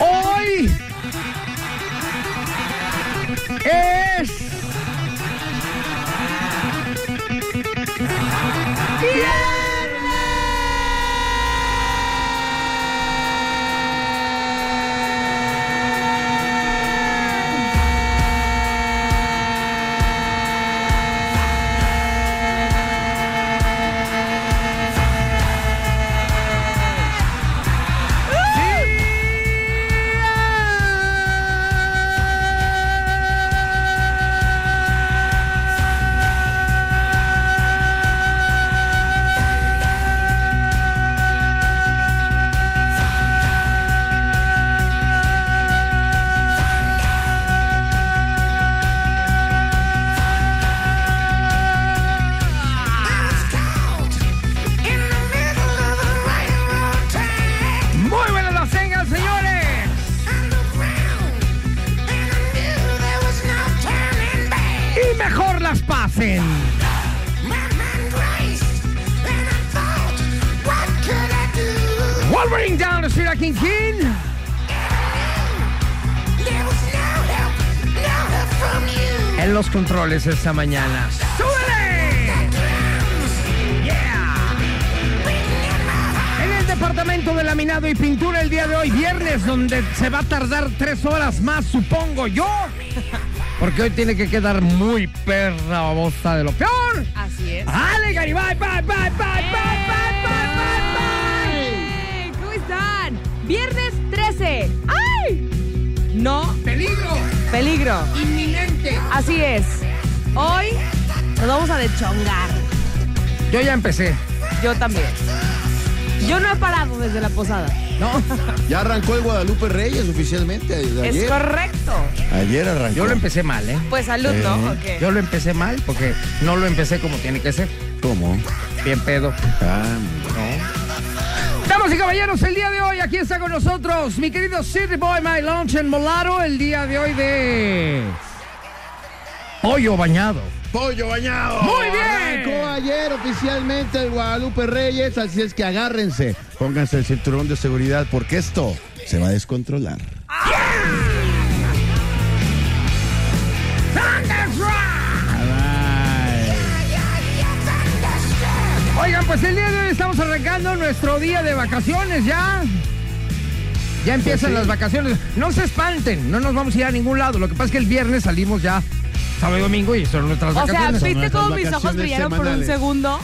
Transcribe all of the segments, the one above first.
Hoy es Muy buenas las tengan, señores. Y mejor las pasen. Wolverine down the street, King King. En los controles esta mañana. ¡Súbele! Yeah. En el departamento de laminado y pintura el día de hoy, viernes, donde se va a tardar tres horas más, supongo yo. Porque hoy tiene que quedar muy perra babosa de lo peor. Así es. ¡Ale, Garibay! ¡Bye, bye, bye, bye, bye, bye, bye! ¡Ey! ¿Cómo están? Viernes 13. ¡Ay! No, ¡Peligro! peligro. ¡Inminente! Así es. Hoy nos vamos a dechongar. Yo ya empecé. Yo también. Yo no he parado desde la posada. No, Ya arrancó el Guadalupe Reyes oficialmente. eh, de Es Ayer, correcto. ayer arrancó. yo lo empecé mal, ¿eh? Pues salud, ¿no? ¿O qué? Yo lo empecé mal porque no lo empecé como tiene que ser. ¿Cómo? Bien pedo. Ah, Damas y caballeros, el día de hoy aquí está con nosotros mi querido City Boy My Lunch en Molaro, el día de hoy de pollo bañado. pollo bañado. Muy bien. Arrancó ayer oficialmente el Guadalupe Reyes, así es que agárrense. Pónganse el cinturón de seguridad porque esto se va a descontrolar. Oigan, pues el día de hoy estamos arrancando nuestro día de vacaciones ya. Pues Ya empiezan las vacaciones. No se espanten, no nos vamos a ir a ningún lado. Lo que pasa es que el viernes salimos ya sábado y domingo y son nuestras O sea, vacaciones. ¿viste nuestras cómo mis ojos vacaciones brillaron por un semanales. segundo?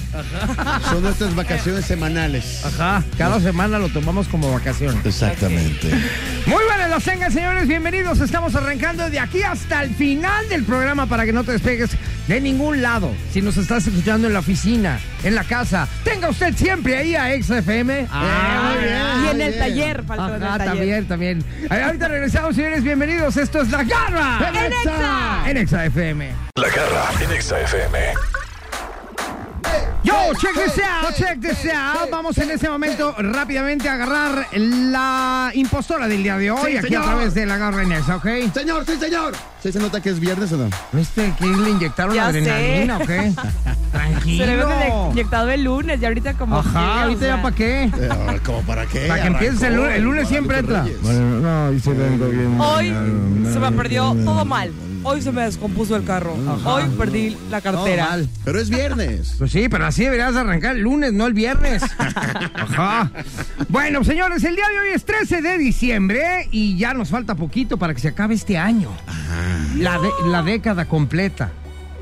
Son nuestras vacaciones semanales. Ajá, cada semana lo tomamos como vacaciones. Exactamente. Muy buenas las tengan, señores. Bienvenidos. Estamos arrancando de aquí hasta el final del programa para que no te despegues de ningún lado. Si nos estás escuchando en la oficina, en la casa, tenga usted siempre ahí a XFM. Eh, Ah, muy Y bien. en Ah, el bien. taller, faltó en el Ajá, taller. también, también. Ay, ahorita regresamos, señores. Bienvenidos. Esto es La Garra ¡En Exa! en XFM. La Garra en Nexa FM. Yo, check this out, check this out. Vamos en este momento rápidamente a agarrar la impostora del día de hoy Sí, aquí señor. a través de la garra en Exa, ¿ok? señor, sí, señor. ¿Sí se nota que es viernes o no? ¿Viste que le inyectaron Ya adrenalina sé. o qué? Se le ve que le- Tranquilo. inyectado el lunes y ahorita como. Ajá, ahorita ya para qué. Eh, ahora, ¿Cómo para qué? Para que Arrancó empieces el lunes, el lunes siempre entra. Guadalupe Reyes. no, y se bien. Hoy se me perdió todo mal. Hoy se me descompuso el carro. Hoy perdí la cartera. Pero es viernes. Pues sí, pero así deberías arrancar el lunes, no el viernes. Ajá. Bueno, señores, el día de hoy es 13 de diciembre y ya nos falta poquito para que se acabe este año. La, de- la década completa.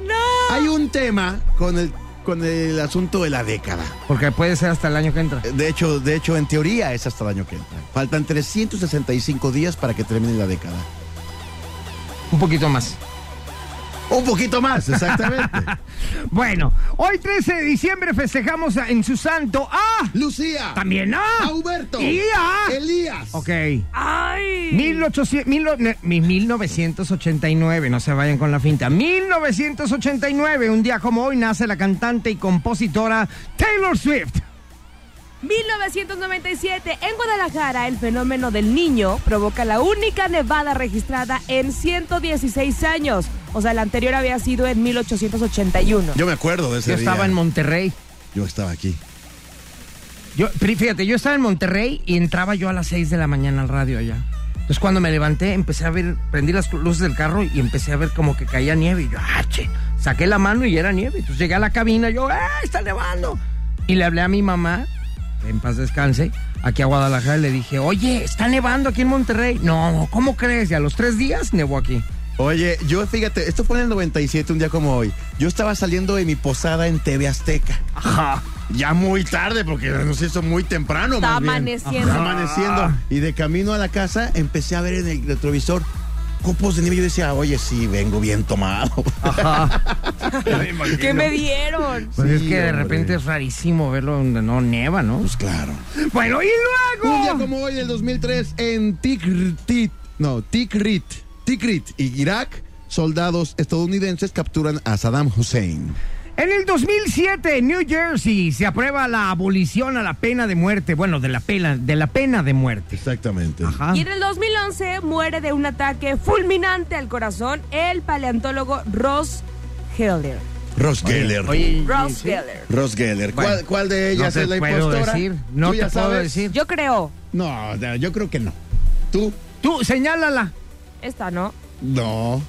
¡No! Hay un tema con el, con el asunto de la década. Porque puede ser hasta el año que entra. De hecho, de hecho, en teoría es hasta el año que entra. Faltan 365 días para que termine la década. Un poquito más. Un poquito más, exactamente. Bueno, hoy 13 de diciembre festejamos a- en su santo a... Lucía. También a... A Huberto. Y a... Elías. Ok. ¡Ay! 1800, mil no- ne- mi- 1989, no se vayan con la finta. 1989, un día como hoy nace la cantante y compositora Taylor Swift. 1997, en Guadalajara, el fenómeno del niño provoca la única nevada registrada en 116 años. O sea, la anterior había sido en 1881. Yo me acuerdo de ese Yo día. estaba en Monterrey. Yo estaba aquí. Yo, pri- fíjate, yo estaba en Monterrey y entraba yo a las 6 de la mañana al radio allá. Entonces cuando me levanté, empecé a ver, prendí las luces del carro y empecé a ver como que caía nieve. Y yo, ah, che, saqué la mano y era nieve. Entonces llegué a la cabina, yo, ¡ah, está nevando! Y le hablé a mi mamá, que en paz descanse, aquí a Guadalajara, y le dije, oye, está nevando aquí en Monterrey. No, ¿cómo crees? Y a los tres días nevó aquí. Oye, yo fíjate, esto fue en el 97, un día como hoy. Yo estaba saliendo de mi posada en TV Azteca. Ajá. Ya muy tarde, porque nos hizo muy temprano. Está más bien. amaneciendo. Está amaneciendo. Ah. Y de camino a la casa empecé a ver en el retrovisor copos de nieve. Yo decía, oye, sí, vengo bien tomado. ¿Qué me dieron? Pues es Sí, que de hombre. repente es rarísimo verlo donde no nieva, ¿no? Pues claro. Bueno, y luego... Un día como hoy, del 2003, en Tikrit, no, Tikrit, Tikrit y Irak, soldados estadounidenses capturan a Saddam Hussein. En el 2007, en New Jersey, se aprueba la abolición a la pena de muerte. Bueno, de la pena, de la pena de muerte. Exactamente. Ajá. Y en el 2011 muere de un ataque fulminante al corazón el paleontólogo Ross Geller. Ross Geller. Oye, Ross sí. Geller. Ross Geller. Bueno, ¿Cuál, cuál de no ellas te es la puedo impostora? decir, no ¿Tú te ya puedo sabes? decir. Yo creo, No, no, yo creo que no. ¿Tú? Tú, señálala. esta no, No.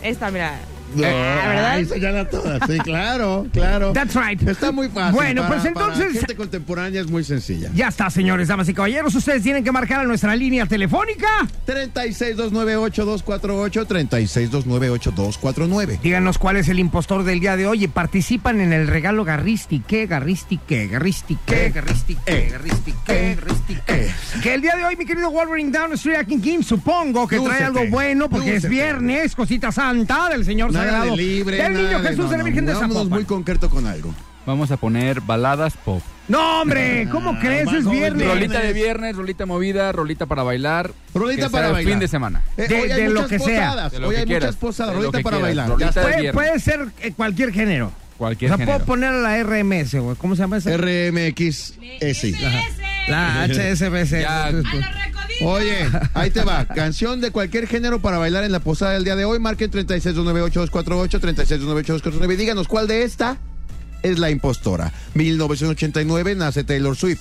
esta mira. No. Ah, ¿verdad? Ay, señala todas. Sí, claro, claro. That's right. Está muy fácil. Bueno, Para- pues entonces- Para gente contemporánea es muy sencilla. Ya está, señores, damas y caballeros. Ustedes tienen que marcar a nuestra línea telefónica. 36298248, 36298249. Díganos cuál es el impostor del día de hoy y participan en el regalo Garristi. ¿Qué? Garristi, ¿qué? Garristi, ¿qué? Garristi, ¿qué? Garristi, ¿qué? Garristi, ¿qué? Que el día de hoy, mi querido Wolverine Down, estoy aquí King, supongo que trae Lúcete, algo bueno porque es lúcete. viernes, cosita santa del Señor Nada Sagrado. de libre, del niño nada de- Jesús, no, de la no, Virgen de vámonos Zapopan. muy concreto con algo. Vamos a poner baladas pop. No, hombre, ¿cómo Ah, crees? Es vamos, viernes. Lolita. Rolita de viernes, rolita movida, rolita para bailar. Rolita que para sea bailar. Fin de semana. Eh, De- hoy hay de lo muchas que sea. posadas, De lo hoy que hay quieras, muchas posadas. de lo Rolita que para quieras, bailar. rolita Ya de está. Puede, viernes. puede ser eh, cualquier género. Cualquier No puedo género. poner a la RMS, güey. ¿Cómo se llama esa? RMX la HSBC. Ya. pues, Oh. Oye, ahí te va. Canción de cualquier género para bailar en la posada del día de hoy. Marquen 36298248, 36298249. Y díganos cuál de esta es la impostora. 1989 nace Taylor Swift.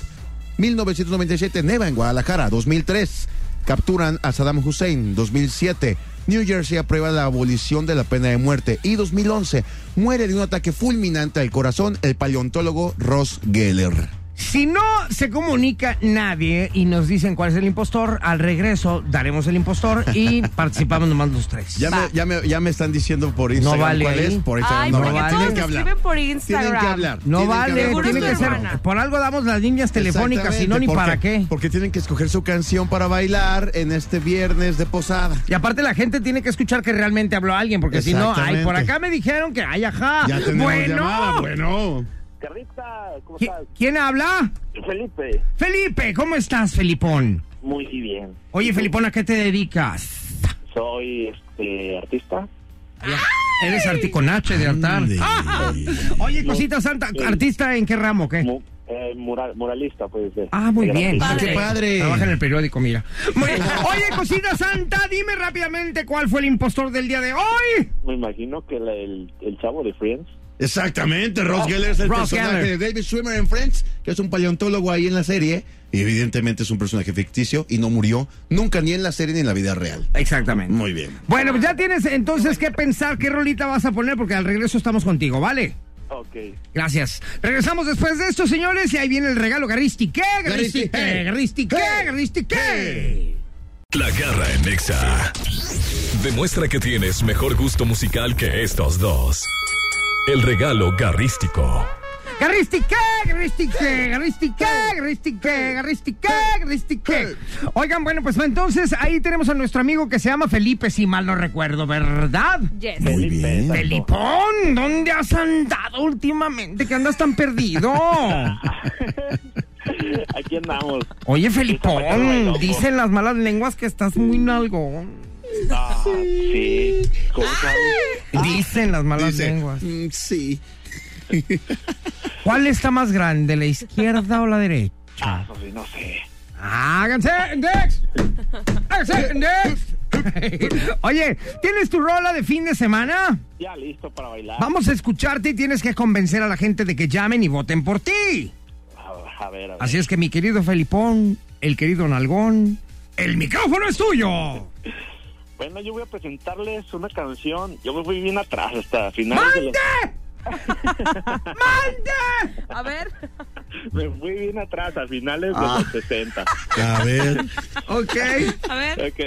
1997 neva en Guadalajara. 2003 capturan a Saddam Hussein. 2007 New Jersey aprueba la abolición de la pena de muerte. Y 2011 muere de un ataque fulminante al corazón el paleontólogo Ross Geller. Si no se comunica nadie y nos dicen cuál es el impostor, al regreso daremos el impostor y participamos nomás los tres. Ya me, Va. ya, me, ya me están diciendo por Instagram vale cuál ahí. es. Por Instagram Ay, no porque todos vale. Tienen me que hablar. escriben por Instagram. Tienen que hablar. No Tienen que vale, hablar. Seguro tiene es que tu ser. hermana. Por algo damos las líneas telefónicas, si no, ni Exactamente, para porque- qué. Porque tienen que escoger su canción para bailar en este viernes de posada. Y aparte la gente tiene que escuchar que realmente habló alguien, porque si no, ay, por acá me dijeron que, ay, Ah, ajá. Ya tenemos bueno, llamada, bueno. Carlita, ¿cómo ¿Qui- estás? ¿quién habla? Felipe. Felipe, ¿cómo estás, Felipón? Muy bien. Oye, Felipón, ¿a qué te dedicas? Soy este artista. Eres articonache de hartar. Ande. Ah, Oye, cosita santa, ¿artista en qué ramo, qué? mu- eh, mural, muralista, puede ser. Ah, muy De bien. graffiti. Padre. Qué padre. Trabaja en el periódico, mira. Muy- Oye, cosita santa, dime rápidamente cuál fue el impostor del día de hoy. Me imagino que la- el, el chavo de Friends. Exactamente, Ross Geller es el Ross personaje Geller. de David Schwimmer en Friends, que es un paleontólogo ahí en la serie. Y evidentemente es un personaje ficticio y no murió nunca ni en la serie ni en la vida real. Exactamente. Muy bien. Bueno, pues ya tienes entonces que pensar qué rolita vas a poner porque al regreso estamos contigo, ¿vale? Ok. Gracias. Regresamos después de esto, señores, y ahí viene el regalo Garristi. ¿Qué? Garristi, Garristi, ¿qué? eh. Garristi, ¿qué? Eh. Garristi, ¿qué? Eh. La garra en Exa. Demuestra que tienes mejor gusto musical que estos dos. El regalo garrístico. Garristique, garristique, garristique, garristique, garristique, garristique. Oigan, bueno, pues entonces ahí tenemos a nuestro amigo que se llama Felipe, si mal no recuerdo, ¿verdad? Yes. Muy Felipe, bien. exacto. Felipón, ¿dónde has andado últimamente? Que andas tan perdido. Aquí andamos. Oye, Está muy Felipón, loco. dicen las malas lenguas que estás muy nalgo. Ah, sí. ¿Cómo sabes? Dicen las malas Dice, lenguas. mm, sí. ¿Cuál está más grande, la izquierda o la derecha? Ah, pues, no sé. Háganse, Index. Háganse, Index. Oye, ¿tienes tu rola de fin de semana? Ya listo para bailar. Vamos a escucharte y tienes que convencer a la gente de que llamen y voten por ti. A, a ver, a ver. Así es que mi querido Felipón, el querido Nalgón, el micrófono es tuyo. Bueno, yo voy a presentarles una canción. Yo me voy bien atrás hasta finales de ¡Mande! los... ¡Mande! A ver. Me fui bien atrás, a finales Ah. de los 60. A ver. Ok. A ver. Ok.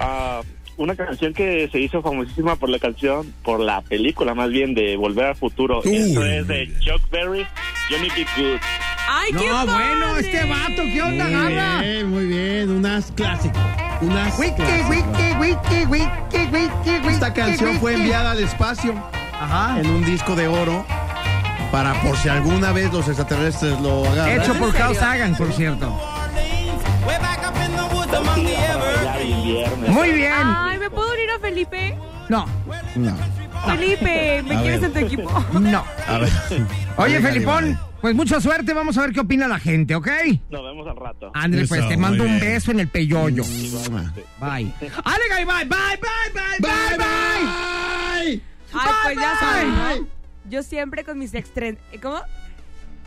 Ah, una canción que se hizo famosísima por la canción, por la película más bien de Volver al Futuro. Uy. Esto es de Chuck Berry, Johnny B. Good. Ay, qué No, bueno, padre. este vato, ¿qué onda, agarra? bien, muy bien. Unas clásicas. Unas Wiki, clásicas. wiki, wiki, wiki, wiki, wiki. Esta canción fue wiki. enviada al espacio Ajá. en un disco de oro para por si alguna vez los extraterrestres lo agarran. Hecho por Carl Sagan, por cierto. Para bailar en viernes. Muy bien. Ay, ¿me puedo unir a Felipe? No, No. Felipe, ¿me A quieres ver. en tu equipo? no. A ver. Oye, Déjale, Felipón, vale. pues mucha suerte. Vamos a ver qué opina la gente, ¿ok? Nos vemos al rato. André, pues Eso, te mando muy un bien. beso en el peyoyo. Toma. Bye. Ale, Gaby, bye, bye, bye, bye, bye, bye. Bye. Ay, pues ya saben, ¿no? Bye. Yo siempre con mis extren... ¿Cómo?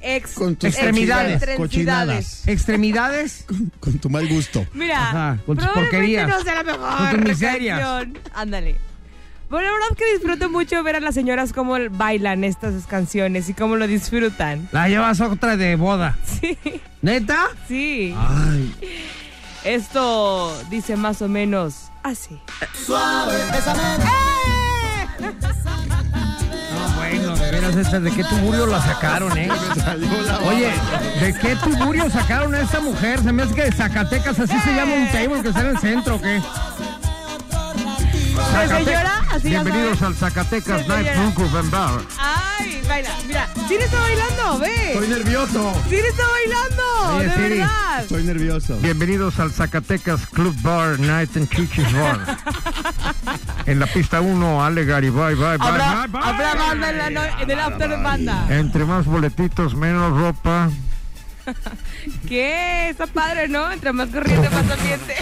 eh, Ex. Con tus Extremidades. cochinadas, cochinadas. Extremidades. Con tu mal gusto. Mira, Ajá, con tus probablemente porquerías. no sea la mejor Con tus miserias. canción. Ándale. Bueno, la verdad que disfruto mucho ver a las señoras cómo bailan estas canciones y cómo lo disfrutan. La llevas otra de boda. Sí, ¿Neta? sí. Ay. Esto dice más o menos así. Eh, No, bueno, de veras, esta, ¿de qué tuburio la sacaron, eh? Oye, ¿de qué tuburio sacaron a esta mujer? Se me hace que de Zacatecas, así se llama un table que está en el centro, ¿o qué? Zacate- señora, así ya Bienvenidos al Zacatecas Sí, Night señora. Club and Bar. Ay, baila. Mira, Siri está bailando, Estoy ve. nervioso. Siri está bailando, Oye, de Siri. verdad. Estoy nervioso. Bienvenidos al Zacatecas Club Bar Night and Chichis Bar. En la pista 1, Ale Garibay, bye, bye, bye, Habrá, bye. habrá banda en, la no- en el after de banda. Entre más boletitos, menos ropa. ¿Qué? Está padre, ¿no? Entre más corriente, más ambiente.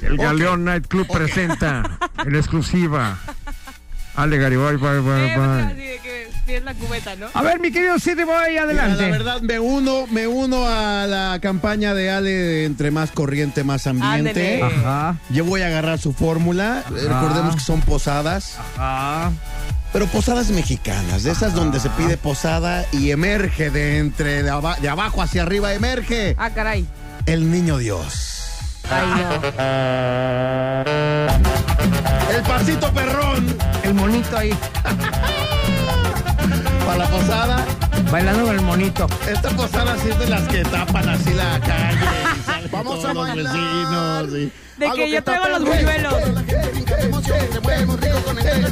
El Galeón Night Club presenta en exclusiva. Ale Garibay, bye, bye, Así bye. de que tienes la cubeta, ¿no? A ver, mi querido City Boy, Mira, adelante. la verdad me uno, me uno a la campaña de Ale de entre más corriente, más Ándele. ambiente. Ajá, Yo voy a agarrar su fórmula. Recordemos que son posadas, ajá. pero posadas mexicanas, de esas donde se pide posada y emerge de entre de, aba- de abajo hacia arriba emerge Ah, caray. el niño Dios. El pasito perrón El monito ahí, para la posada. bailando con el monito. Esta posada sí es de las que tapan así la calle. y salen Vamos a los vecinos. y- De Algo que yo está traigo los perro. buñuelos.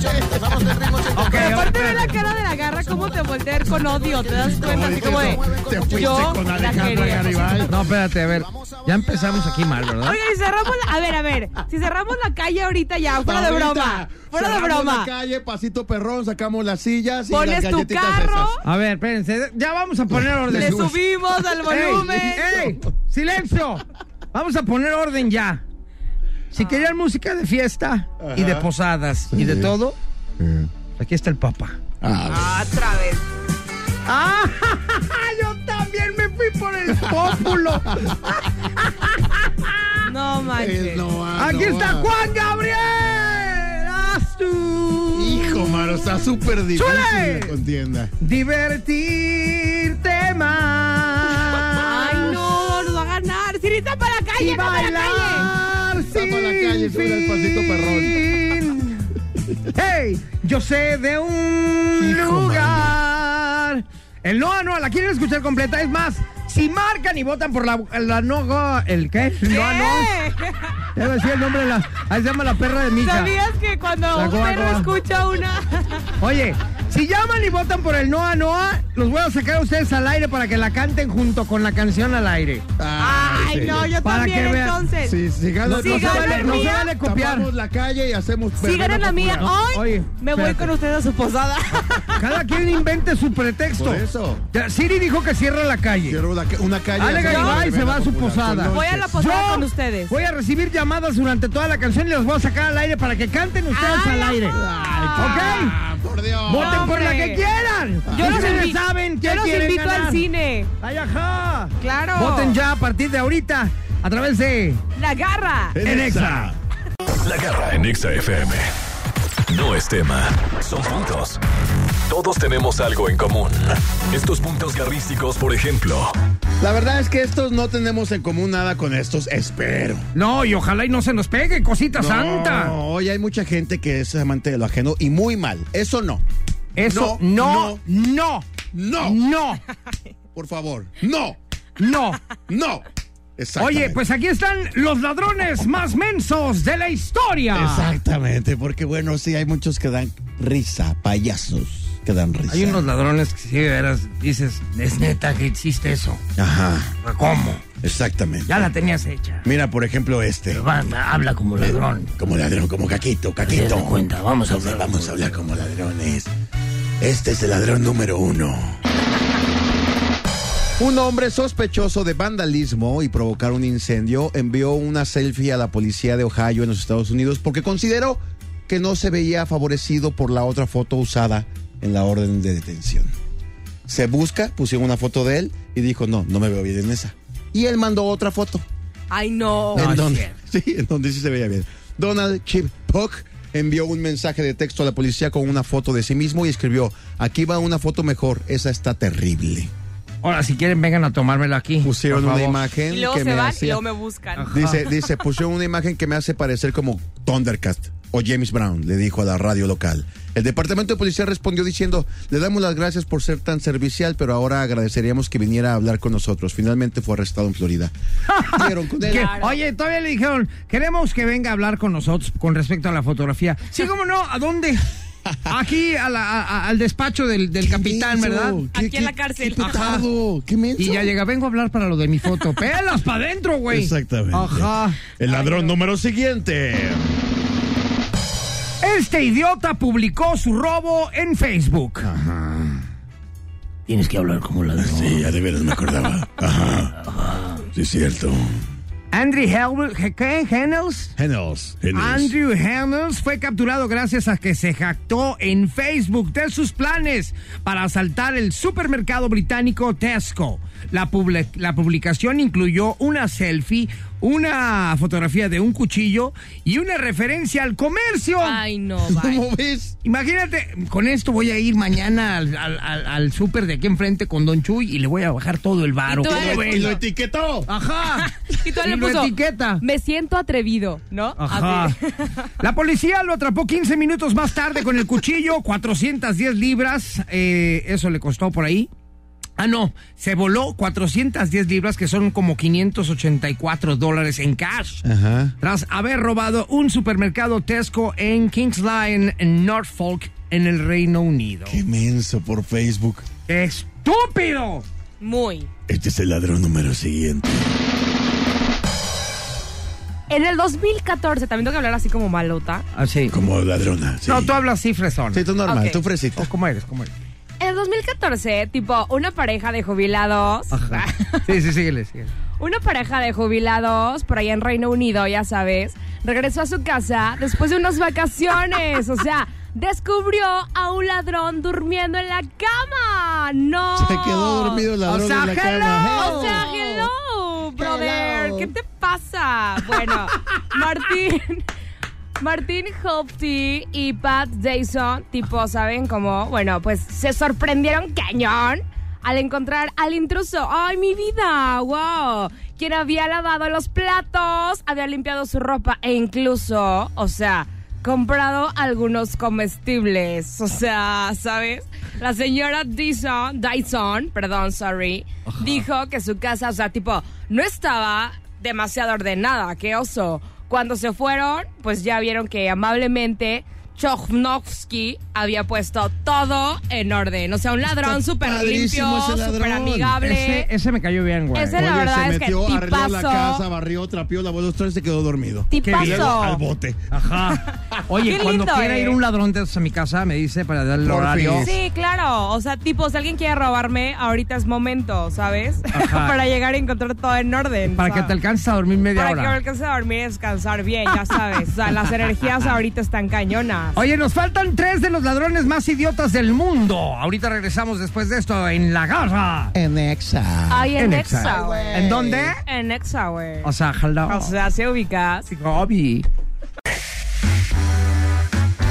Ok, Aparte de la cara de la garra, cómo te voltear con odio, te das cuenta así como de. Te fuiste Yo con la Alejandra quería. Garibay. No, espérate, a ver. Ya empezamos aquí mal, ¿verdad? Oiga, si cerramos la- A ver, a ver. Si cerramos la calle ahorita ya, fuera de Ahorita, broma. Fuera de cerramos broma. la calle, pasito perrón, sacamos las sillas y las Pones tu galletitas carro, esas. A ver, espérense. Ya vamos a poner orden. le subimos al volumen. ¡Ey! ¡Ey! ¡Silencio! Vamos a poner orden ya. Si querían música de fiesta y de posadas y de todo, aquí está el papá. Ah, Otra vez. ¡Ah! Yo también me fui por el pópulo. No manches. el ah, Noah, Aquí está Noah. Juan Gabriel. Haz tú. Hijo, mano, está súper difícil ¡Chule! la contienda. Divertirte más. Ay, no, nos va a ganar. Sirita para la calle, Y no para la calle. bailar Está pa' la calle, sube al pasito perrón. ¡Hey! Yo sé de un lugar. El no a no, la quieren escuchar completa. Es más, si marcan y votan por la, la no go- ¿El qué? No a no. ¿Qué? Debe decir el nombre de la. Ahí se llama la perra de Micha. ¿Sabías que cuando La un goa, perro goa. escucha una... Oye, si llaman y votan por el Noa Noa, los voy a sacar a ustedes al aire para que la canten junto con la canción al aire. Ay, no, yo Para que también vean. entonces. Sí, sí, gana- No, no se gana vale, la no se mía. vale copiar. Tapamos la calle y hacemos. Si verbena ganan la mía popular. hoy, Oye, me voy espérate. con ustedes a su posada. Cada quien invente su pretexto. Por eso. Ya, Siri dijo que cierra la calle. Cierro la ca- una calle. Ale y hacemos Garibay se verbena va a su popular. posada. Con Voy a la lonches. posada Yo con ustedes. Voy a recibir llamadas durante toda la canción y las voy a sacar al aire para que canten ustedes ¡Ay, al aire. ¿Ok? Ah, por Dios. Voten por la hombre. que quieran. Yo los, Ustedes invi- saben yo qué los quieren invito ganar. al cine. ¡Ay, ajá! Claro. Voten ya a partir de ahorita a través de La garra. En Exa. La garra en Exa FM. No es tema, son puntos. Todos tenemos algo en común. Estos puntos garrísticos, por ejemplo, La verdad es que estos no tenemos en común nada con estos, espero. No, y ojalá y no se nos pegue, cosita santa. No, hoy hay mucha gente que es amante de lo ajeno y muy mal. Eso no. Eso No, no, no, No. no, Por favor. No. no. No. Exactamente. Oye, pues aquí están los ladrones más mensos de la historia. Exactamente, porque bueno, sí, hay muchos que dan risa, payasos que dan risa. Hay unos ladrones que sí, de veras, dices, es neta que existe eso. Ajá, ¿Cómo? exactamente. Ya la tenías hecha. Mira, por ejemplo, este. Banda, habla como ladrón. Como ladrón, como caquito, Te caquito. das cuenta, vamos a hablar. Vamos a hablar como ladrones. Este es el ladrón número uno. Un hombre sospechoso de vandalismo y provocar un incendio envió una selfie a la policía de Ohio en los Estados Unidos porque consideró que no se veía favorecido por la otra foto usada en la orden de detención. Se busca, pusieron una foto de él y dijo, no, no me veo bien en esa. Y él mandó otra foto. Ay, no. En donde, sí, en donde sí se veía bien. Donald Chip Puck envió un mensaje de texto a la policía con una foto de sí mismo y escribió, aquí va una foto mejor, esa está terrible. Ahora, si quieren, vengan a tomármela aquí. Pusieron por una favor. imagen Y luego que se me van y hacía- luego me buscan. Dice, dice, pusieron una imagen que me hace parecer como Thundercat o James Brown, le dijo a la radio local. El departamento de policía respondió diciendo, le damos las gracias por ser tan servicial, pero ahora agradeceríamos que viniera a hablar con nosotros. Finalmente fue arrestado en Florida. Dieron con él. Que- Oye, todavía le dijeron, queremos que venga a hablar con nosotros con respecto a la fotografía. Sí, cómo no, ¿a dónde? Aquí a la- a- a- al despacho del, del capitán, ¿verdad? Aquí en la cárcel. Qué petardo, qué menso. Y ya llega, vengo a hablar para lo de mi foto. Pelas para adentro, güey. Exactamente. Ajá. El ladrón número siguiente. Este idiota publicó su robo en Facebook. Tienes que hablar como ladrón. Sí, ya de veras me acordaba. Ajá. Sí, es cierto. Andrew Hel- ¿qué? Hennels. Genos. Andrew Helms fue capturado gracias a que se jactó en Facebook de sus planes para asaltar el supermercado británico Tesco. La, publi- la publicación incluyó una selfie, una fotografía de un cuchillo y una referencia al comercio. Ay, no, bye. ¿Cómo ves? Imagínate, con esto voy a ir mañana al, al, al- al súper de aquí enfrente con Don Chuy y le voy a bajar todo el varo. Y tú ¿Cómo eres- ves? Y lo etiquetó. Ajá. Y tú le lo puso. etiqueta. Me siento atrevido, ¿no? Ajá. Así. La policía lo atrapó 15 minutos más tarde con el cuchillo, 410 libras, eh, eso le costó por ahí. Ah, no, se voló 410 libras, que son como 584 dólares en cash. Ah. Ajá. Tras haber robado un supermercado Tesco en Kings Lyon, en Norfolk, en el Reino Unido. Qué menso por Facebook. ¡Estúpido! Muy. Este es el ladrón número siguiente. En el 2014, también tengo que hablar así como malota. Así. Como ladrona. sí. No, tú hablas cifras, Sí, tú normal, Ok. tú fresita. ¿Cómo eres? ¿Cómo eres? En el 2014, tipo, una pareja de jubilados. Sí, sí, síguele, síguele. Una pareja de jubilados por allá en Reino Unido, ya sabes, regresó a su casa después de unas vacaciones. O sea, descubrió a un ladrón durmiendo en la cama. No. Se quedó dormido el ladrón O sea, en la cama. hello. O sea, hello, brother. Hello. ¿Qué te pasa? Bueno, Martín. Martín Hopti y Pat Jason, tipo, ¿saben cómo? Bueno, pues se sorprendieron cañón al encontrar al intruso. ¡Ay, mi vida! ¡Wow! Quien había lavado los platos, había limpiado su ropa e incluso, o sea, comprado algunos comestibles. O sea, ¿sabes? La señora Dyson, Dyson, perdón, sorry, dijo que su casa, o sea, tipo, no estaba demasiado ordenada, qué oso. Cuando se fueron, pues ya vieron que amablemente Chochnowski había puesto todo en orden. O sea, un ladrón súper padrísimo limpio, ese ladrón. súper amigable. Ese, ese me cayó bien, güey. Ese- La Oye, verdad se es que metió, arregló la tipazo. casa, barrió, trapió, lavó los tres, se quedó dormido. Y luego al Tipazo. bote. Ajá. Oye, Qué cuando lindo, quiera ¿eh? ir un ladrón de esos a mi casa, me dice para darle el Por horario. fin. Sí, claro. O sea, tipo, si alguien quiere robarme, ahorita es momento, ¿sabes? Ajá. para llegar a encontrar todo en orden. Para o que sea. te alcances a dormir media Para que hora. alcance a dormir y descansar bien, ya sabes. O sea, las energías ahorita están cañonas. Oye, nos faltan tres de los ladrones más idiotas del mundo. Ahorita regresamos después de esto en La Garra. En Exa. Ay, en Exa, Exa. güey. ¿En dónde? En Exa, güey. O sea, hello. O sea, se ubicas. Gobi.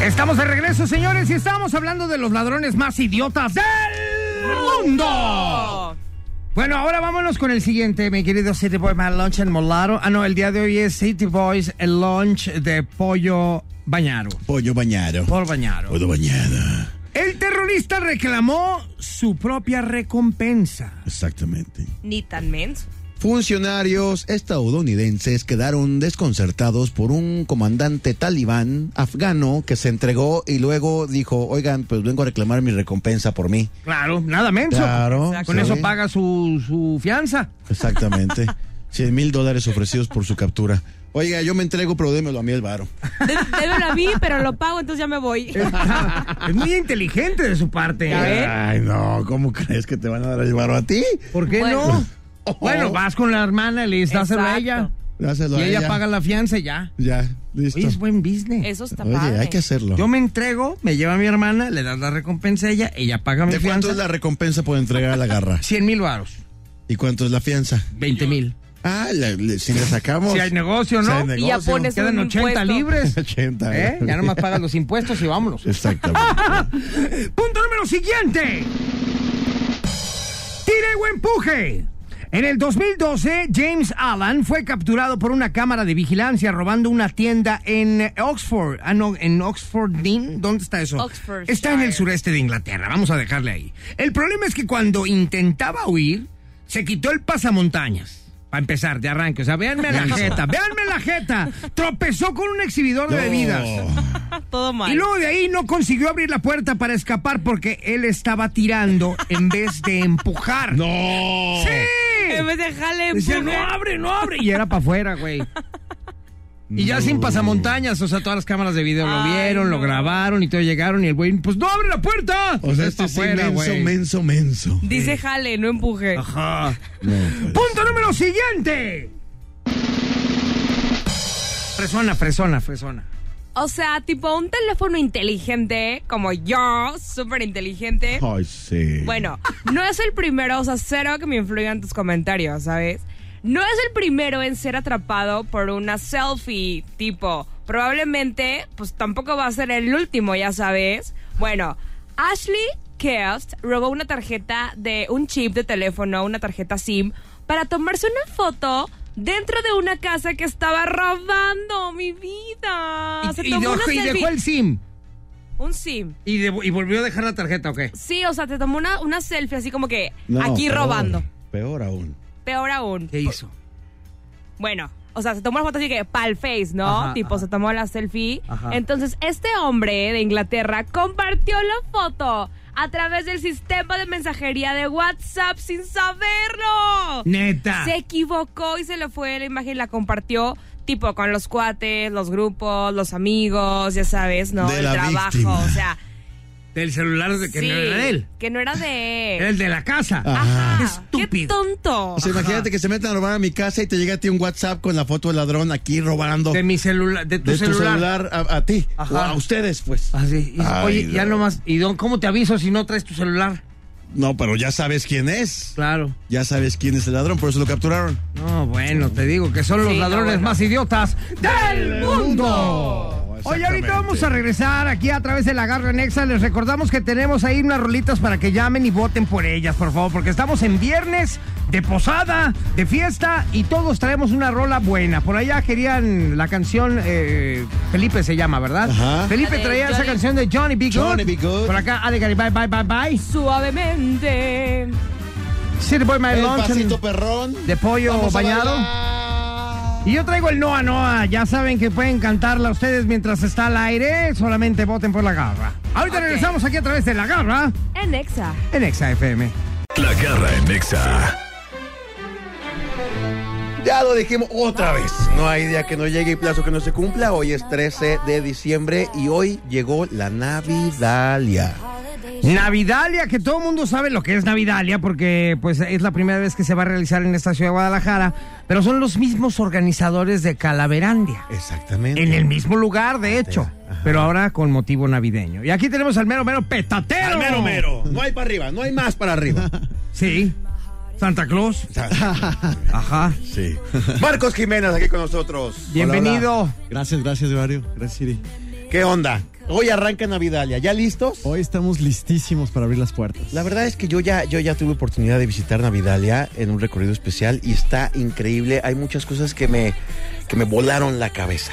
Estamos de regreso, señores, y estamos hablando de los ladrones más idiotas del mundo. Bueno, ahora vámonos con el siguiente, mi querido City Boy My Lunch en Molaro. Ah, no, el día de hoy es City Boys, el lunch de pollo bañaro. Pollo bañado. Por bañaro. Pollo bañado. El terrorista reclamó su propia recompensa. Exactamente. Ni tan menso. Funcionarios estadounidenses quedaron desconcertados por un comandante talibán afgano que se entregó y luego dijo, oigan, pues vengo a reclamar mi recompensa por mí. Claro, nada menso. Claro. Con sí, eso paga su, su fianza. Exactamente. 100 mil dólares ofrecidos por su captura. Oiga, yo me entrego, pero démelo a mí el varo. De- Débelo a mí, pero lo pago, entonces ya me voy. es muy inteligente de su parte. Ya ves. ¿Eh? Ay, no, ¿cómo crees que te van a dar el varo a ti? ¿Por qué Bueno. no? Oh, Bueno, vas con la hermana, le das a Exacto. ella. Dáselo Y a ella paga la fianza y ya. Ya, listo. Oye, es buen business. Eso está Oye, padre. hay que hacerlo. Yo me entrego, me lleva a mi hermana, le das la recompensa a ella, ella paga mi ¿De cuánto fianza. es la recompensa por entregar a la garra? 100 mil varos, ¿Y cuánto es la fianza? 20 mil. Ah, la- le- si le sacamos. Si hay negocio, Si hay ¿no? negocio. Y ya pones Quedan un 80 impuesto. libres. 80. ¿Eh? Ya nomás pagas los impuestos y vámonos. Exactamente. Punto número siguiente. Tire o empuje. En el 2012, James Allen fue capturado por una cámara de vigilancia robando una tienda en Oxford. Ah, no, en Oxford Dean. ¿Dónde está eso? Oxfordshire. Está en el sureste de Inglaterra. Vamos a dejarle ahí. El problema es que cuando intentaba huir, se quitó el pasamontañas. Para empezar, de arranque. O sea, véanme la jeta. Véanme la jeta. Tropezó con un exhibidor de bebidas. Todo mal. Y luego de ahí no consiguió abrir la puerta para escapar porque él estaba tirando en vez de empujar. ¡No! ¡Sí! En vez de jale, Decía, no empuje. abre, no abre. Y era para afuera, güey. Y ya sin pasamontañas, o sea, todas las cámaras de video lo Ay, vieron, lo no. grabaron y todo llegaron y el güey, pues no abre la puerta. O sea, este Es pa' esto es inmenso, menso, menso. Dice jale, no empuje. Ajá. Este No, pues. Punto número siguiente. Fresona, fresona, fresona. O sea, tipo un teléfono inteligente, como yo, súper inteligente. Ay, sí. Bueno, no es el primero, o sea, cero que me influyan tus comentarios, ¿sabes? No es el primero en ser atrapado por una selfie, tipo. Probablemente, pues tampoco va a ser el último, ya sabes. Bueno, Ashley Kest robó una tarjeta de un chip de teléfono, una tarjeta SIM, para tomarse una foto dentro de una casa que estaba robando mi vida. Ah, Se Y, y tomó una dejó, y dejó selfie. el SIM. Un SIM. Y, de- y volvió a dejar la tarjeta, ¿o qué? Sí, o sea, te tomó una, una selfie así como que No, aquí peor, robando. Peor aún. Peor aún. ¿Qué hizo? Bueno, o sea, se tomó la foto así que pal face, ¿no? Ajá, tipo, ajá. se tomó la selfie. Ajá. Entonces, este hombre de Inglaterra compartió la foto a través del sistema de mensajería de WhatsApp sin saberlo. Neta. Se equivocó y se le fue la imagen, la compartió. Tipo con los cuates, los grupos, los amigos, ya sabes, ¿no? De el la trabajo, víctima. o sea. Del celular de que sí, no era de él. Que no era de él. Era el de la casa. Ajá. Qué Qué estúpido. tonto. O sea, imagínate que se metan a robar a mi casa y te llega a ti un WhatsApp con la foto del ladrón aquí robando de de, mi celular, de tu tu celular. celular a, a ti Ajá. o a ustedes, pues. Así. Y dice, Ay, oye, ya no. nomás. ¿Y don, cómo te aviso si no traes tu celular? No, pero ya sabes quién es. Claro. Ya sabes quién es el ladrón, por eso lo capturaron. No, bueno, te digo que son los Sí, no, ladrones bueno. más idiotas del mundo. mundo. Oye, ahorita Exactamente. vamos a regresar aquí a través de la Garra Nexa. Les recordamos que tenemos ahí unas rolitas para que llamen y voten por ellas, por favor, porque estamos en viernes de posada, de fiesta y todos traemos una rola buena. Por allá querían la canción, eh, Felipe se llama, ¿verdad? Ajá. Felipe La de traía esa Johnny- canción de Johnny B. Good. Johnny B. Good. Por acá, Ale Garibay, bye, bye, bye. Suavemente. City Boy My El Lunch pasito perrón. de pollo Vamos a bañado. bailar. Y yo traigo el Noa Noa. Ya saben que pueden cantarla ustedes mientras está al aire. Solamente voten por la garra. Ahorita Ok. regresamos aquí a través de la garra En Exa. en Exa FM. La garra en Nexa. Ya lo dijimos otra vez. No hay día que no llegue y plazo que no se cumpla. Hoy es 13 de diciembre y hoy llegó la Navidalia. Navidalia, que todo el mundo sabe lo que es Navidalia, porque pues es la primera vez que se va a realizar en esta ciudad de Guadalajara, pero son los mismos organizadores de Calaverandia. Exactamente. En el mismo lugar, de hecho, pero ahora con motivo navideño. Y aquí tenemos al mero mero petatero. Al mero mero. No hay para arriba, no hay más para arriba. Sí. Santa Claus. Ajá. Sí. Marcos Jiménez aquí con nosotros. Bienvenido. Gracias, gracias, Mario. Gracias, Siri. ¿Qué onda? Hoy arranca Navidalia. ¿Ya listos? Hoy estamos listísimos para abrir las puertas. La verdad es que yo ya, yo ya tuve oportunidad de visitar Navidalia en un recorrido especial y está increíble. Hay muchas cosas que me, que me volaron la cabeza.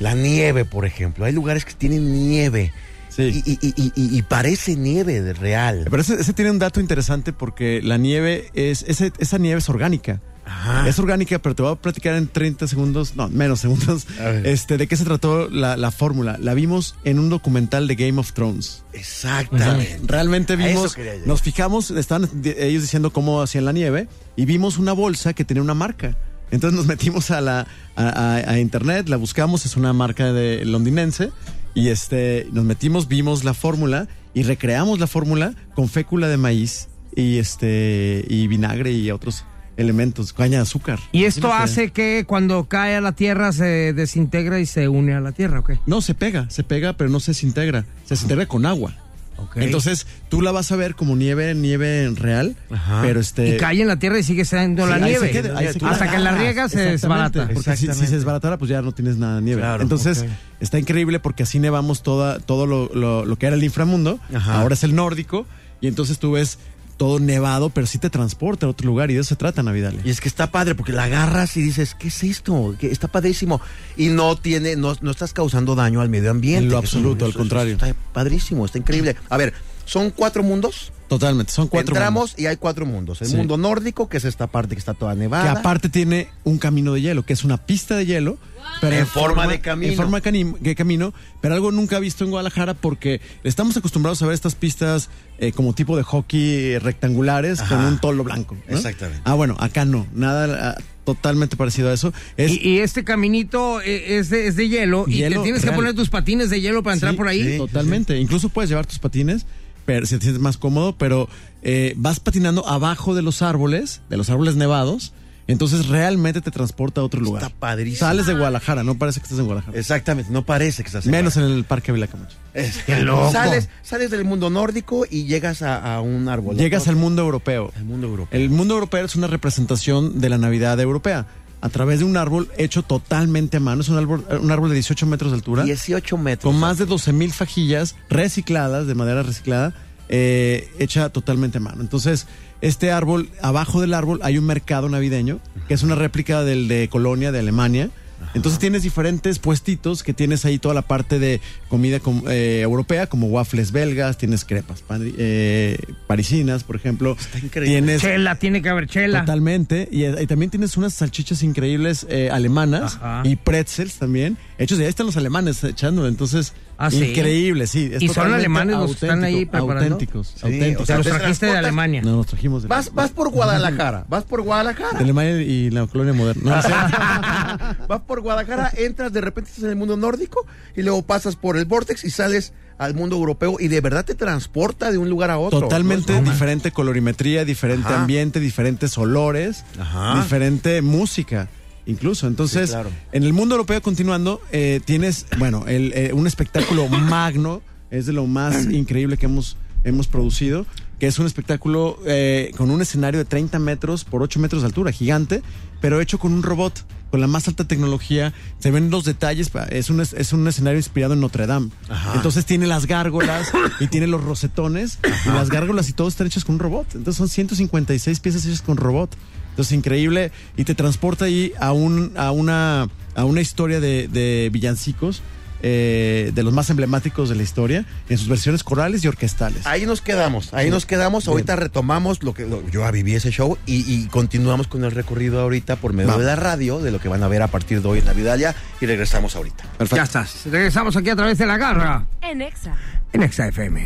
La nieve, por ejemplo. Hay lugares que tienen nieve. Sí. Y, y- y- y- y- y parece nieve de real. Pero ese, ese tiene un dato interesante porque la nieve es. ese- esa nieve es orgánica. Ajá. Es orgánica, pero te voy a platicar en 30 segundos, no, menos segundos, A ver. este, de qué se trató la, la fórmula. La vimos en un documental de Game of Thrones. Exactamente. Realmente A eso vimos, quería llegar. nos fijamos, estaban di- ellos diciendo cómo hacían la nieve y vimos una bolsa que tenía una marca. Entonces nos metimos a la a, a- a internet, la buscamos, es una marca de londinense y este nos metimos, vimos la fórmula y recreamos la fórmula con fécula de maíz y este y vinagre y otros elementos, caña de azúcar. Y esto Sí, sí. hace que cuando cae a la tierra se desintegra y se une a la tierra, ¿ok? No, se pega, se pega, pero no se desintegra. Se desintegra con agua. Ok. Entonces, tú la vas a ver como nieve, nieve real, pero este... y cae en la tierra y sigue siendo Sí, la ahí nieve. se queda, ahí se queda. Ah, Hasta que la riega se Exactamente, desbarata. Porque si, si se desbaratara, pues ya no tienes nada de nieve. Entonces, está increíble porque así nevamos toda, todo lo, lo- lo que era el inframundo. Ajá. Ahora es el nórdico. Y entonces tú ves todo nevado, pero sí te transporta a otro lugar. Y de eso se trata Navidad. Y es que está padre porque la agarras y dices, ¿qué es esto? Que está padrísimo. Y no tiene, no, no estás causando daño al medio ambiente. En lo Eso- absoluto, al contrario. Está padrísimo, está increíble. A ver, son cuatro mundos. Totalmente, son cuatro Entramos mundos. y hay cuatro mundos. El Sí. mundo nórdico, que es esta parte que está toda Que nevada. aparte tiene un camino de hielo, que es una pista de hielo. Pero En forma de camino. En forma cani- de camino, pero algo nunca visto en Guadalajara porque estamos acostumbrados a ver estas pistas eh, como tipo de hockey rectangulares con Ajá. un tolo blanco. ¿no? Exactamente. Ah, bueno, acá no. Nada ah, totalmente parecido a eso. Es, Y, y este caminito eh, es de, es de hielo, y te Hielo tienes que real. poner tus patines de hielo para entrar Sí, por ahí. sí, totalmente. Incluso puedes llevar tus patines pero, si te sientes más cómodo, pero eh, vas patinando abajo de los árboles, de los árboles nevados. Entonces realmente te transporta a otro lugar. Está padrísimo. Sales de Guadalajara, no parece que estás en Guadalajara. Exactamente, no parece que estás en Menos en el Parque Vila Camacho. Es- Qué loco. Sales, sales del mundo nórdico y llegas a, a un árbol. Llegas al mundo europeo. Al mundo europeo. El mundo europeo es una representación de la Navidad europea a través de un árbol hecho totalmente a mano. Es un árbol, un árbol de 18 metros de altura. 18 metros. con más de 12 mil fajillas recicladas, de madera reciclada, eh, hecha totalmente a mano. Entonces, este árbol, abajo del árbol hay un mercado navideño, que es una réplica del de Colonia, de Alemania. Entonces tienes diferentes puestitos que tienes ahí toda la parte de comida com- eh, europea, como waffles belgas, tienes crepas padri- eh, parisinas, por ejemplo. increíble. Tienes Chela, tiene que haber chela. Totalmente. Y, eh, y también tienes unas salchichas increíbles eh, alemanas Ajá. y pretzels también. Hechos, y ahí están los alemanes echándolo. Entonces, Ah, sí. increíble, sí. es ¿Y son totalmente alemanes los que están ahí auténtico, preparando? Auténticos, Sí, auténticos. o sea, Te los te trajiste de transportas- Alemania. no, nos trajimos de, Vas, vas por Guadalajara. Vas por de Guadalajara. Alemania y la colonia moderna. No, o sea, Vas por Guadalajara, entras, de repente estás en el mundo nórdico y luego pasas por el vortex y sales al mundo europeo y de verdad te transporta de un lugar a otro. totalmente No es broma. diferente colorimetría, diferente Ajá. ambiente, diferentes olores, Ajá. diferente música. Incluso, entonces, Sí, claro. en el mundo europeo, continuando, eh, tienes, bueno, el, eh, un espectáculo magno, es de lo más increíble que hemos, hemos producido. que es un espectáculo eh, con un escenario de 30 metros por 8 metros de altura, gigante, pero hecho con un robot, con la más alta tecnología. Se ven los detalles, pa- es un, es- es un escenario inspirado en Notre Dame. Entonces tiene las gárgolas y tiene los rosetones, y las gárgolas y todo están hechas con un robot. Entonces son 156 piezas hechas con robot. Entonces increíble y te transporta ahí a, un, a, una, a una historia de, de villancicos. eh, de los más emblemáticos de la historia en sus versiones corales y orquestales. Ahí nos quedamos, ahí Sí. nos quedamos. Bien. Ahorita retomamos lo que lo- yo ya viví ese show y, y continuamos con el recorrido ahorita por medio Vamos. de la radio, de lo que van a ver a partir de hoy en la Vidalia y regresamos ahorita. Ya estás. Regresamos aquí a través de la garra En Exa. en Exa FM.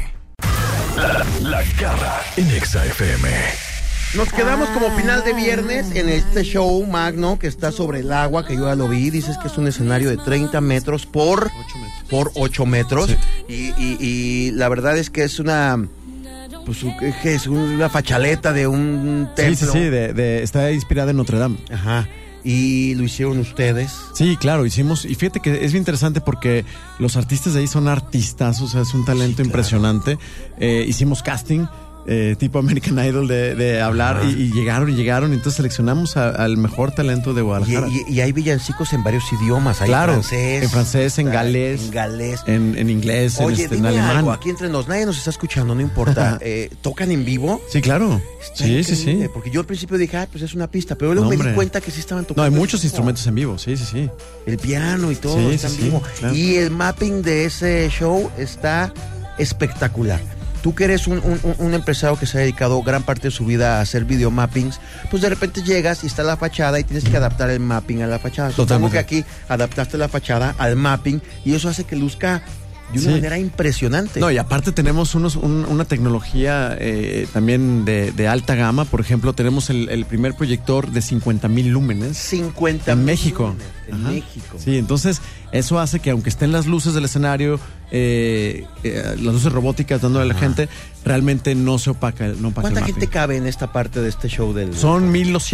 La, la garra en Exa FM. Nos quedamos como final de viernes en este show magno que está sobre el agua, que yo ya lo vi. Dices que es un escenario de 30 metros por 8 metros. Por 8 metros. Y, y- y la verdad es que es una. Pues un- que es una fachaleta de un Sí, templo. sí, sí, de- de- eh, está inspirada en Notre Dame. Ajá. ¿Y lo hicieron ustedes? Sí, claro, hicimos. Y fíjate que es bien interesante porque los artistas de ahí son artistas, o sea, es un talento impresionante. Eh, hicimos casting. eh, tipo American Idol de, de hablar Ajá. y, y llegaron y llegaron entonces seleccionamos a- al mejor talento de Y, Guadalajara y- y hay villancicos en varios idiomas. Hay Claro, francés, en francés, en hay- galés. En galés. en, en inglés en, Oye, este, en dime alemán algo. Aquí entre nos, nadie nos está escuchando, no importa. Eh, ¿Tocan en vivo? sí claro Está sí sí increíble, sí Porque yo al principio dije, ah, pues es una pista, pero luego No, me di hombre. cuenta que sí estaban no tocando. hay en muchos vivo. instrumentos en vivo sí sí sí El piano y todo Sí, está sí, en sí, vivo. claro. Y el mapping de ese show está espectacular. Tú que eres un, un- un- un empresario que se ha dedicado gran parte de su vida a hacer videomappings, pues de repente llegas y está la fachada y tienes que adaptar el mapping a la fachada. Supongo Totalmente. que aquí adaptaste la fachada al mapping y eso hace que luzca de una Sí. manera impresionante. No, y aparte tenemos unos, un- una tecnología eh, también de, de alta gama. Por ejemplo, tenemos el, el primer proyector de 50 mil lúmenes 50 en México. millones En Ajá. México. Sí, entonces eso hace que aunque estén las luces del escenario, eh, eh, las luces robóticas dando a la gente, realmente no se opaca, no opaca el ¿Cuánta mapping. gente cabe en esta parte de este show del Son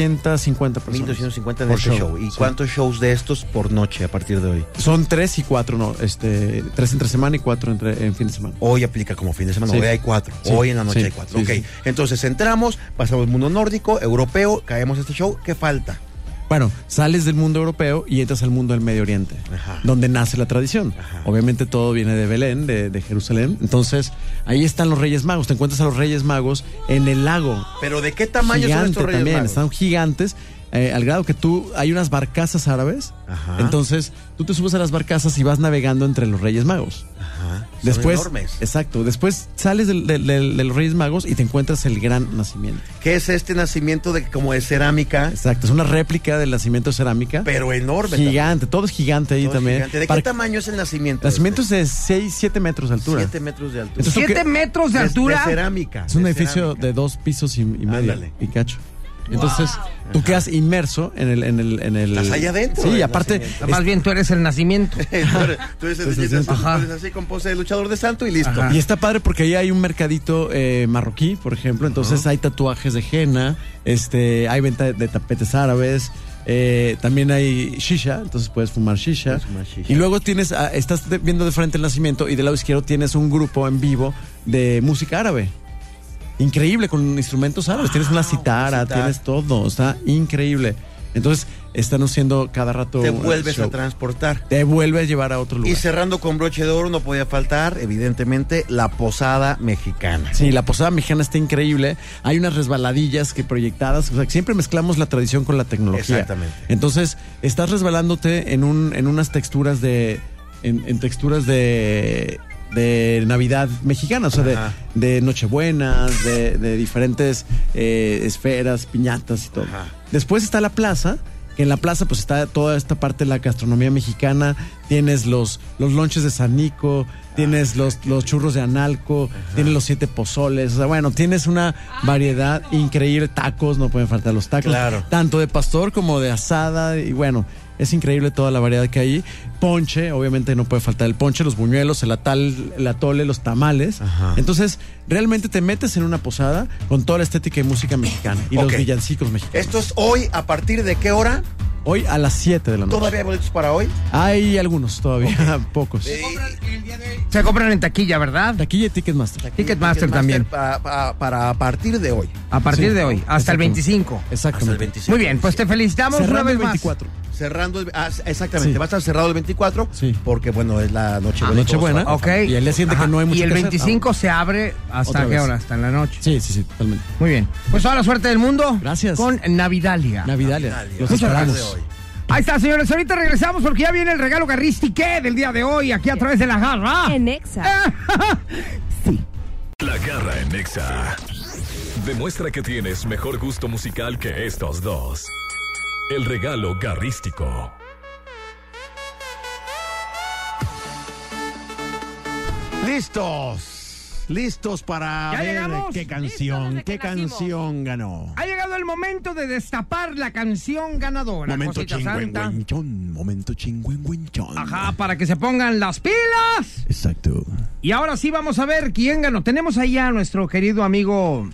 1250 personas. 1250 en por este show. ¿Y sí. cuántos shows de estos por noche a partir de hoy? Son tres y cuatro, no, este, tres entre semana y cuatro entre, en fin de semana. Hoy aplica como fin de semana, Sí. hoy hay cuatro. Sí, Hoy en la noche sí, hay cuatro. sí, ok. sí. Entonces entramos, pasamos mundo nórdico, europeo, caemos a este show. ¿Qué falta? Bueno, sales del mundo europeo y entras al mundo del Medio Oriente, Ajá. donde nace la tradición. Ajá. Obviamente todo viene de Belén, de, de Jerusalén. Entonces, ahí están los Reyes Magos. Te encuentras a los Reyes Magos en el lago. Pero ¿de qué tamaño son Gigante estos reyes también, magos? están gigantes. eh, al grado que tú, hay unas barcazas árabes. Ajá. Entonces, tú te subes a las barcazas y vas navegando entre los Reyes Magos. Ajá. Son Después, enormes. exacto. Después sales del- del- del- de los Reyes Magos y te encuentras el gran nacimiento. ¿Qué es este nacimiento de como de cerámica? Exacto. Es una réplica del nacimiento de cerámica. Pero enorme. Gigante, todo es gigante ahí también. Todo también. gigante. ¿De Para- qué tamaño es el nacimiento? Nacimiento es de 6, 7 metros de altura. 7 metros de altura. Entonces, ¿tú ¿Siete qué- metros de De- de altura? cerámica. Es un de edificio cerámica. de dos pisos y, y medio. Ándale. Y cacho. Entonces, tú quedas inmerso en el, en el, en el. Estás allá adentro Sí, del aparte. nacimiento. es- Ah, Más bien tú eres el nacimiento. Eh. tú eres, tú eres el- Sí, sí, sí. tú pues, eres Ajá. así con pose de luchador de santo y listo. Ajá. y está padre porque ahí hay un mercadito eh, marroquí, por ejemplo. Entonces hay tatuajes de henna, este, hay venta de, de tapetes árabes, eh, también hay shisha, entonces puedes fumar shisha. Puedes fumar shisha. Y luego tienes, ah, estás de- viendo de frente el nacimiento y del lado izquierdo tienes un grupo en vivo de música árabe. Increíble, con instrumentos árabes. pues, tienes una citara, citar. tienes todo. Está increíble. Entonces, están haciendo cada rato. Te un vuelves a show. transportar. Te vuelve a llevar a otro lugar. Y cerrando con broche de oro no podía faltar, evidentemente, la posada mexicana. Sí, la posada mexicana está increíble. Hay unas resbaladillas que proyectadas. O sea, que siempre mezclamos la tradición con la tecnología. Exactamente. Entonces, estás resbalándote en, un, en unas texturas de. En, en texturas de. De Navidad mexicana, o sea, de, Ajá. de Nochebuenas, de, de diferentes eh, esferas, piñatas y todo. Ajá. Después está la plaza, que en la plaza pues está toda esta parte de la gastronomía mexicana, tienes los, los lonches de San Nico, tienes los, los churros de Analco, tienes los siete pozoles, o sea, bueno, tienes una variedad increíble, tacos, no pueden faltar los tacos, Claro. tanto de pastor como de asada, y bueno, es increíble toda la variedad que hay. Ponche, obviamente no puede faltar el ponche, los buñuelos, el atal, el atole, los tamales. Ajá. Entonces, realmente te metes en una posada con toda la estética y música mexicana y Ok. los villancicos mexicanos. Esto es hoy, ¿a partir de qué hora? Hoy a las 7 de la noche. ¿Todavía hay boletos para hoy? Hay algunos todavía, pocos. Se compran en taquilla, ¿verdad? Taquilla y Ticketmaster. Ticketmaster también. Para, para- para a partir de hoy. A partir Sí, de hoy, hasta el exactamente. 25. Exactamente. Muy bien, pues te felicitamos Cerrando una vez el más. 24. Cerrando el- ah, exactamente, Sí. va a estar cerrado el 24 porque bueno, es la noche Ah, Nochebuena. Ok. Y el día siguiente Ajá, que no hay mucho Y el que hacer, 25 se abre Otra hasta qué vez. hora, hasta en la noche. Sí, sí, sí, totalmente. Muy bien. Pues toda la suerte del mundo. Gracias. Con Navidalia. Navidalia. Los Muchas esperamos. Ahí está, señores. Ahorita regresamos porque ya viene el regalo garristique del día de hoy aquí a través de la garra. En Ah. Exa. La garra en Nexa. Demuestra que tienes mejor gusto musical que estos dos. El regalo garrístico. Listos. Listos para ¿Ya ver llegamos? qué Listos canción, desde qué que nacimos. canción ganó. Ha llegado el momento de destapar la canción ganadora. Momento cosita santa. chingüengüenchón. Momento chingüengüenchón. Ajá, para que se pongan las pilas. Exacto. Y ahora sí vamos a ver quién ganó. Tenemos ahí a nuestro querido amigo.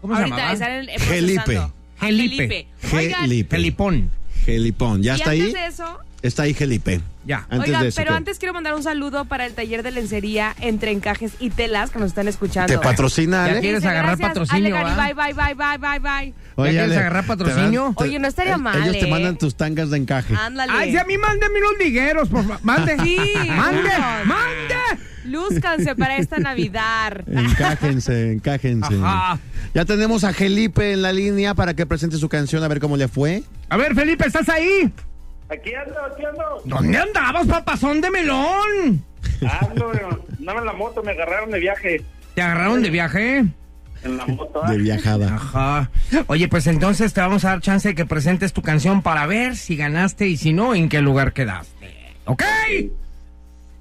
¿Cómo se Ahorita llama? están Gelipe. procesando. Gelipe. Oigan, Gelipe. Felipón. Gelipón, ¿ya y está antes ahí? de eso, Está ahí Gelipe. Ya. Antes oigan, de eso, pero ¿qué? antes quiero mandar un saludo para el taller de lencería entre encajes y telas que nos están escuchando. ¿Te patrocina, Ya Ale? quieres agarrar patrocinio, ¿va? Bye, bye, bye, bye, bye, bye. Oye, quieres Ale, agarrar te patrocinio? dan- te- Oye, no estaría el- mal, Ellos te ¿eh? mandan tus tangas de encaje. Ándale. Ay, si a mí mándeme unos ligueros, por favor. Mande. Sí, Mande. vamos. Mande. Lúzcanse para esta Navidad. Encájense, encájense. Ajá. Ya tenemos a Gelipe en la línea para que presente su canción, a ver cómo le fue. A ver, Felipe, ¿estás ahí? Aquí ando, aquí ando. ¿Dónde andabas, papazón de melón? Ando, andaba en la moto, me agarraron de viaje. ¿Te agarraron de viaje? En la moto. ah. De viajada. Ajá. Oye, pues entonces te vamos a dar chance de que presentes tu canción para ver si ganaste y si no, en qué lugar quedaste. ¿Ok?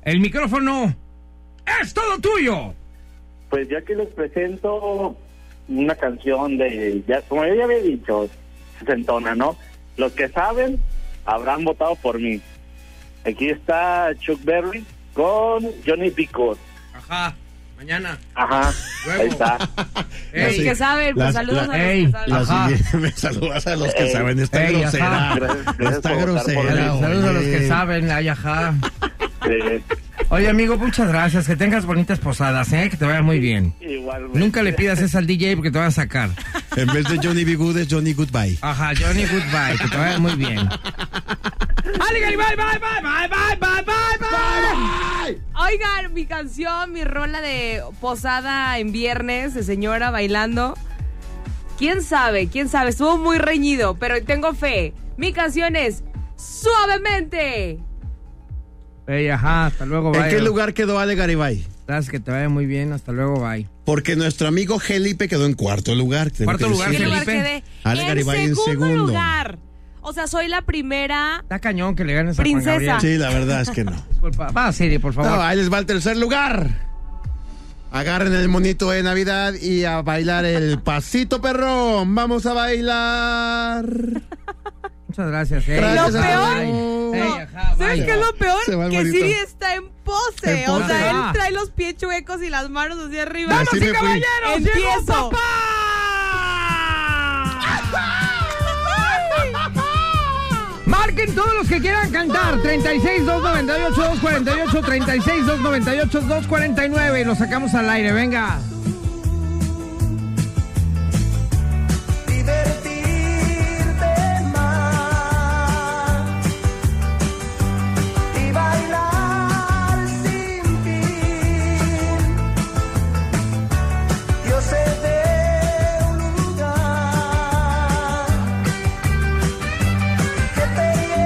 El micrófono es todo tuyo. Pues ya que les presento una canción de, ya, como yo ya había dicho, sesentona, ¿no? Los que saben habrán votado por mí. Aquí está Chuck Berry con Johnny Pico. Ajá. Mañana. Ajá, Luego. ahí está. Los Ey, que saben, pues Las- saludos la- a los ey, que saben. La Ajá. siguiente- me saludas a los que Ey. saben, está Ey, grosera. ajá. Gracias, gracias está por votar por grosera. mí. Saludos a los oye. que saben, ay, ajá. Eh, Oye, amigo, muchas gracias. Que tengas bonitas posadas, ¿eh? Que te vaya muy bien. igualmente. Nunca le pidas eso al DJ porque te van a sacar. En vez de Johnny B. Good es Johnny Goodbye. Ajá, Johnny, goodbye. Que te vaya muy bien. ¡Ale, Gary, bye, bye, bye, bye, bye, bye, bye, bye! Oigan, mi canción, mi rola de posada en viernes, de señora bailando. ¿Quién sabe? ¿Quién sabe? Estuvo muy reñido, pero tengo fe. Mi canción es Suavemente. Ey, ajá, hasta luego, bye. ¿En qué lugar quedó Ale Garibay? Sabes que te vaya muy bien, hasta luego, bye. Porque nuestro amigo Gelipe quedó en cuarto lugar. tengo Cuarto que lugar, ¿En qué decirlo. lugar Felipe? quedé? Ale Garibay en en segundo segundo. lugar. O sea, soy la primera. Está cañón que le ganes a Princesa. Juan Gabriel. Sí, la verdad es que no. Disculpa. Va, Siri, por favor. No, ahí les va el tercer lugar. Agarren el monito de Navidad y a bailar el pasito perrón. Vamos a bailar. Muchas gracias, eh. Gracias, Lo peor- Ey, no. ey, ajá, ¿Sabes bye. qué es lo peor? Se va el Que bonito. Siri está en pose. En O pose. sea, Ah. él trae los pies chuecos y las manos hacia arriba. Así me fui. caballeros, llegó Empiezo. Marquen todos los que quieran cantar. 36 298 248 36 298 249 y lo sacamos al aire. Venga. disfrutar este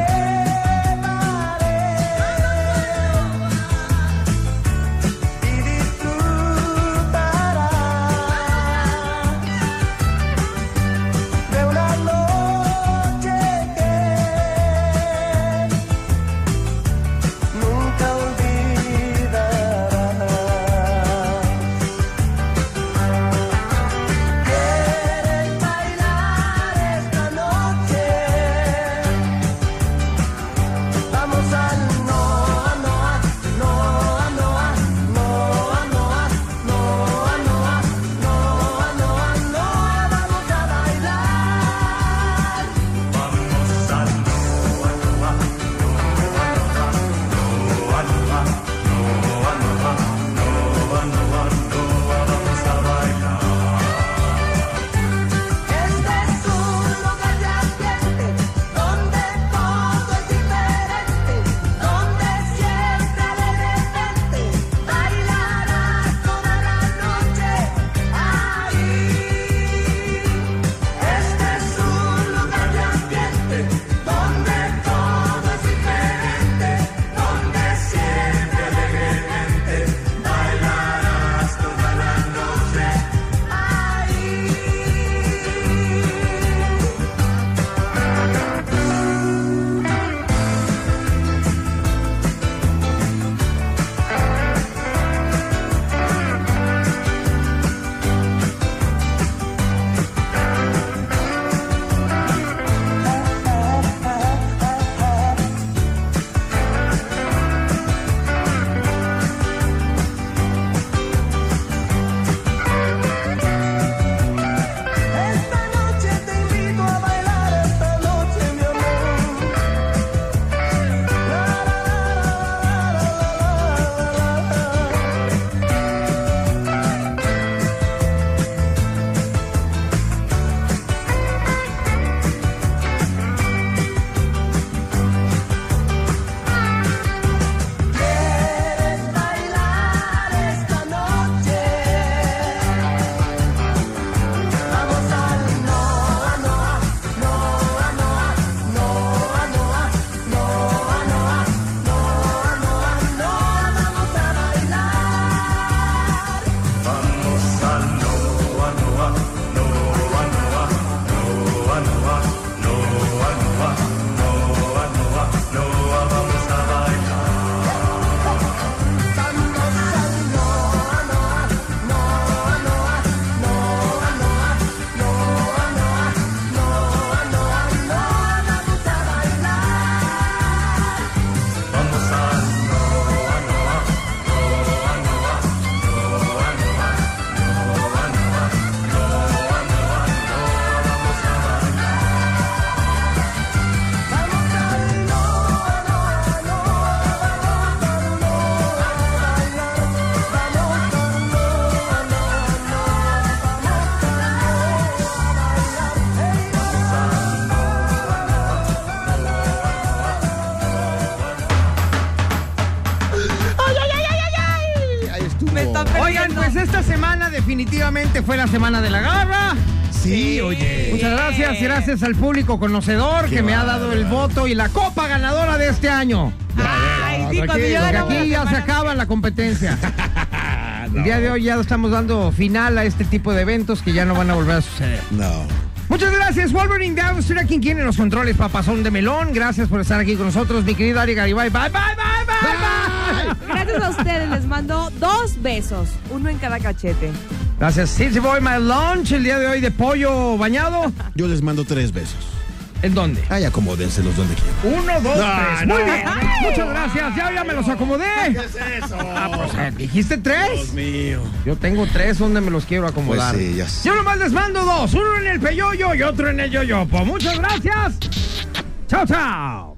Me está Oigan, pues esta semana definitivamente fue la semana de la garra. Sí, oye. Muchas gracias, gracias al público conocedor Qué que me ha dado el voto y la copa ganadora de este año. Ay, sí, cuando yo Porque ganaba la aquí ya se semana- acaba la competencia. El día de hoy ya estamos dando final a este tipo de eventos que ya no van a volver a suceder. No. Muchas gracias, Wolverine Down. Estoy aquí quien en los controles, papazón de melón. Gracias por estar aquí con nosotros, mi querido Ari Garibay. Bye, bye, bye, bye, bye. Gracias a ustedes, les mando dos besos, uno en cada cachete. Gracias, Silsy Boy, my lunch. El día de hoy de pollo bañado. Yo les mando tres besos. ¿En dónde? Ay, acomódenselos donde quieran. Uno, dos, No, tres. no. Muy bien. Muchas gracias. Ya, ya me los acomodé. ¿Qué es eso? Ah, pues, eh, ¿dijiste tres? Dios mío. Yo tengo tres donde me los quiero acomodar. Pues sí, ya sé. Yo nomás les mando dos. Uno en el peyoyo y otro en el yoyopo. Muchas gracias. Chao, chao.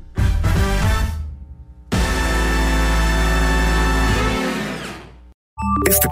Este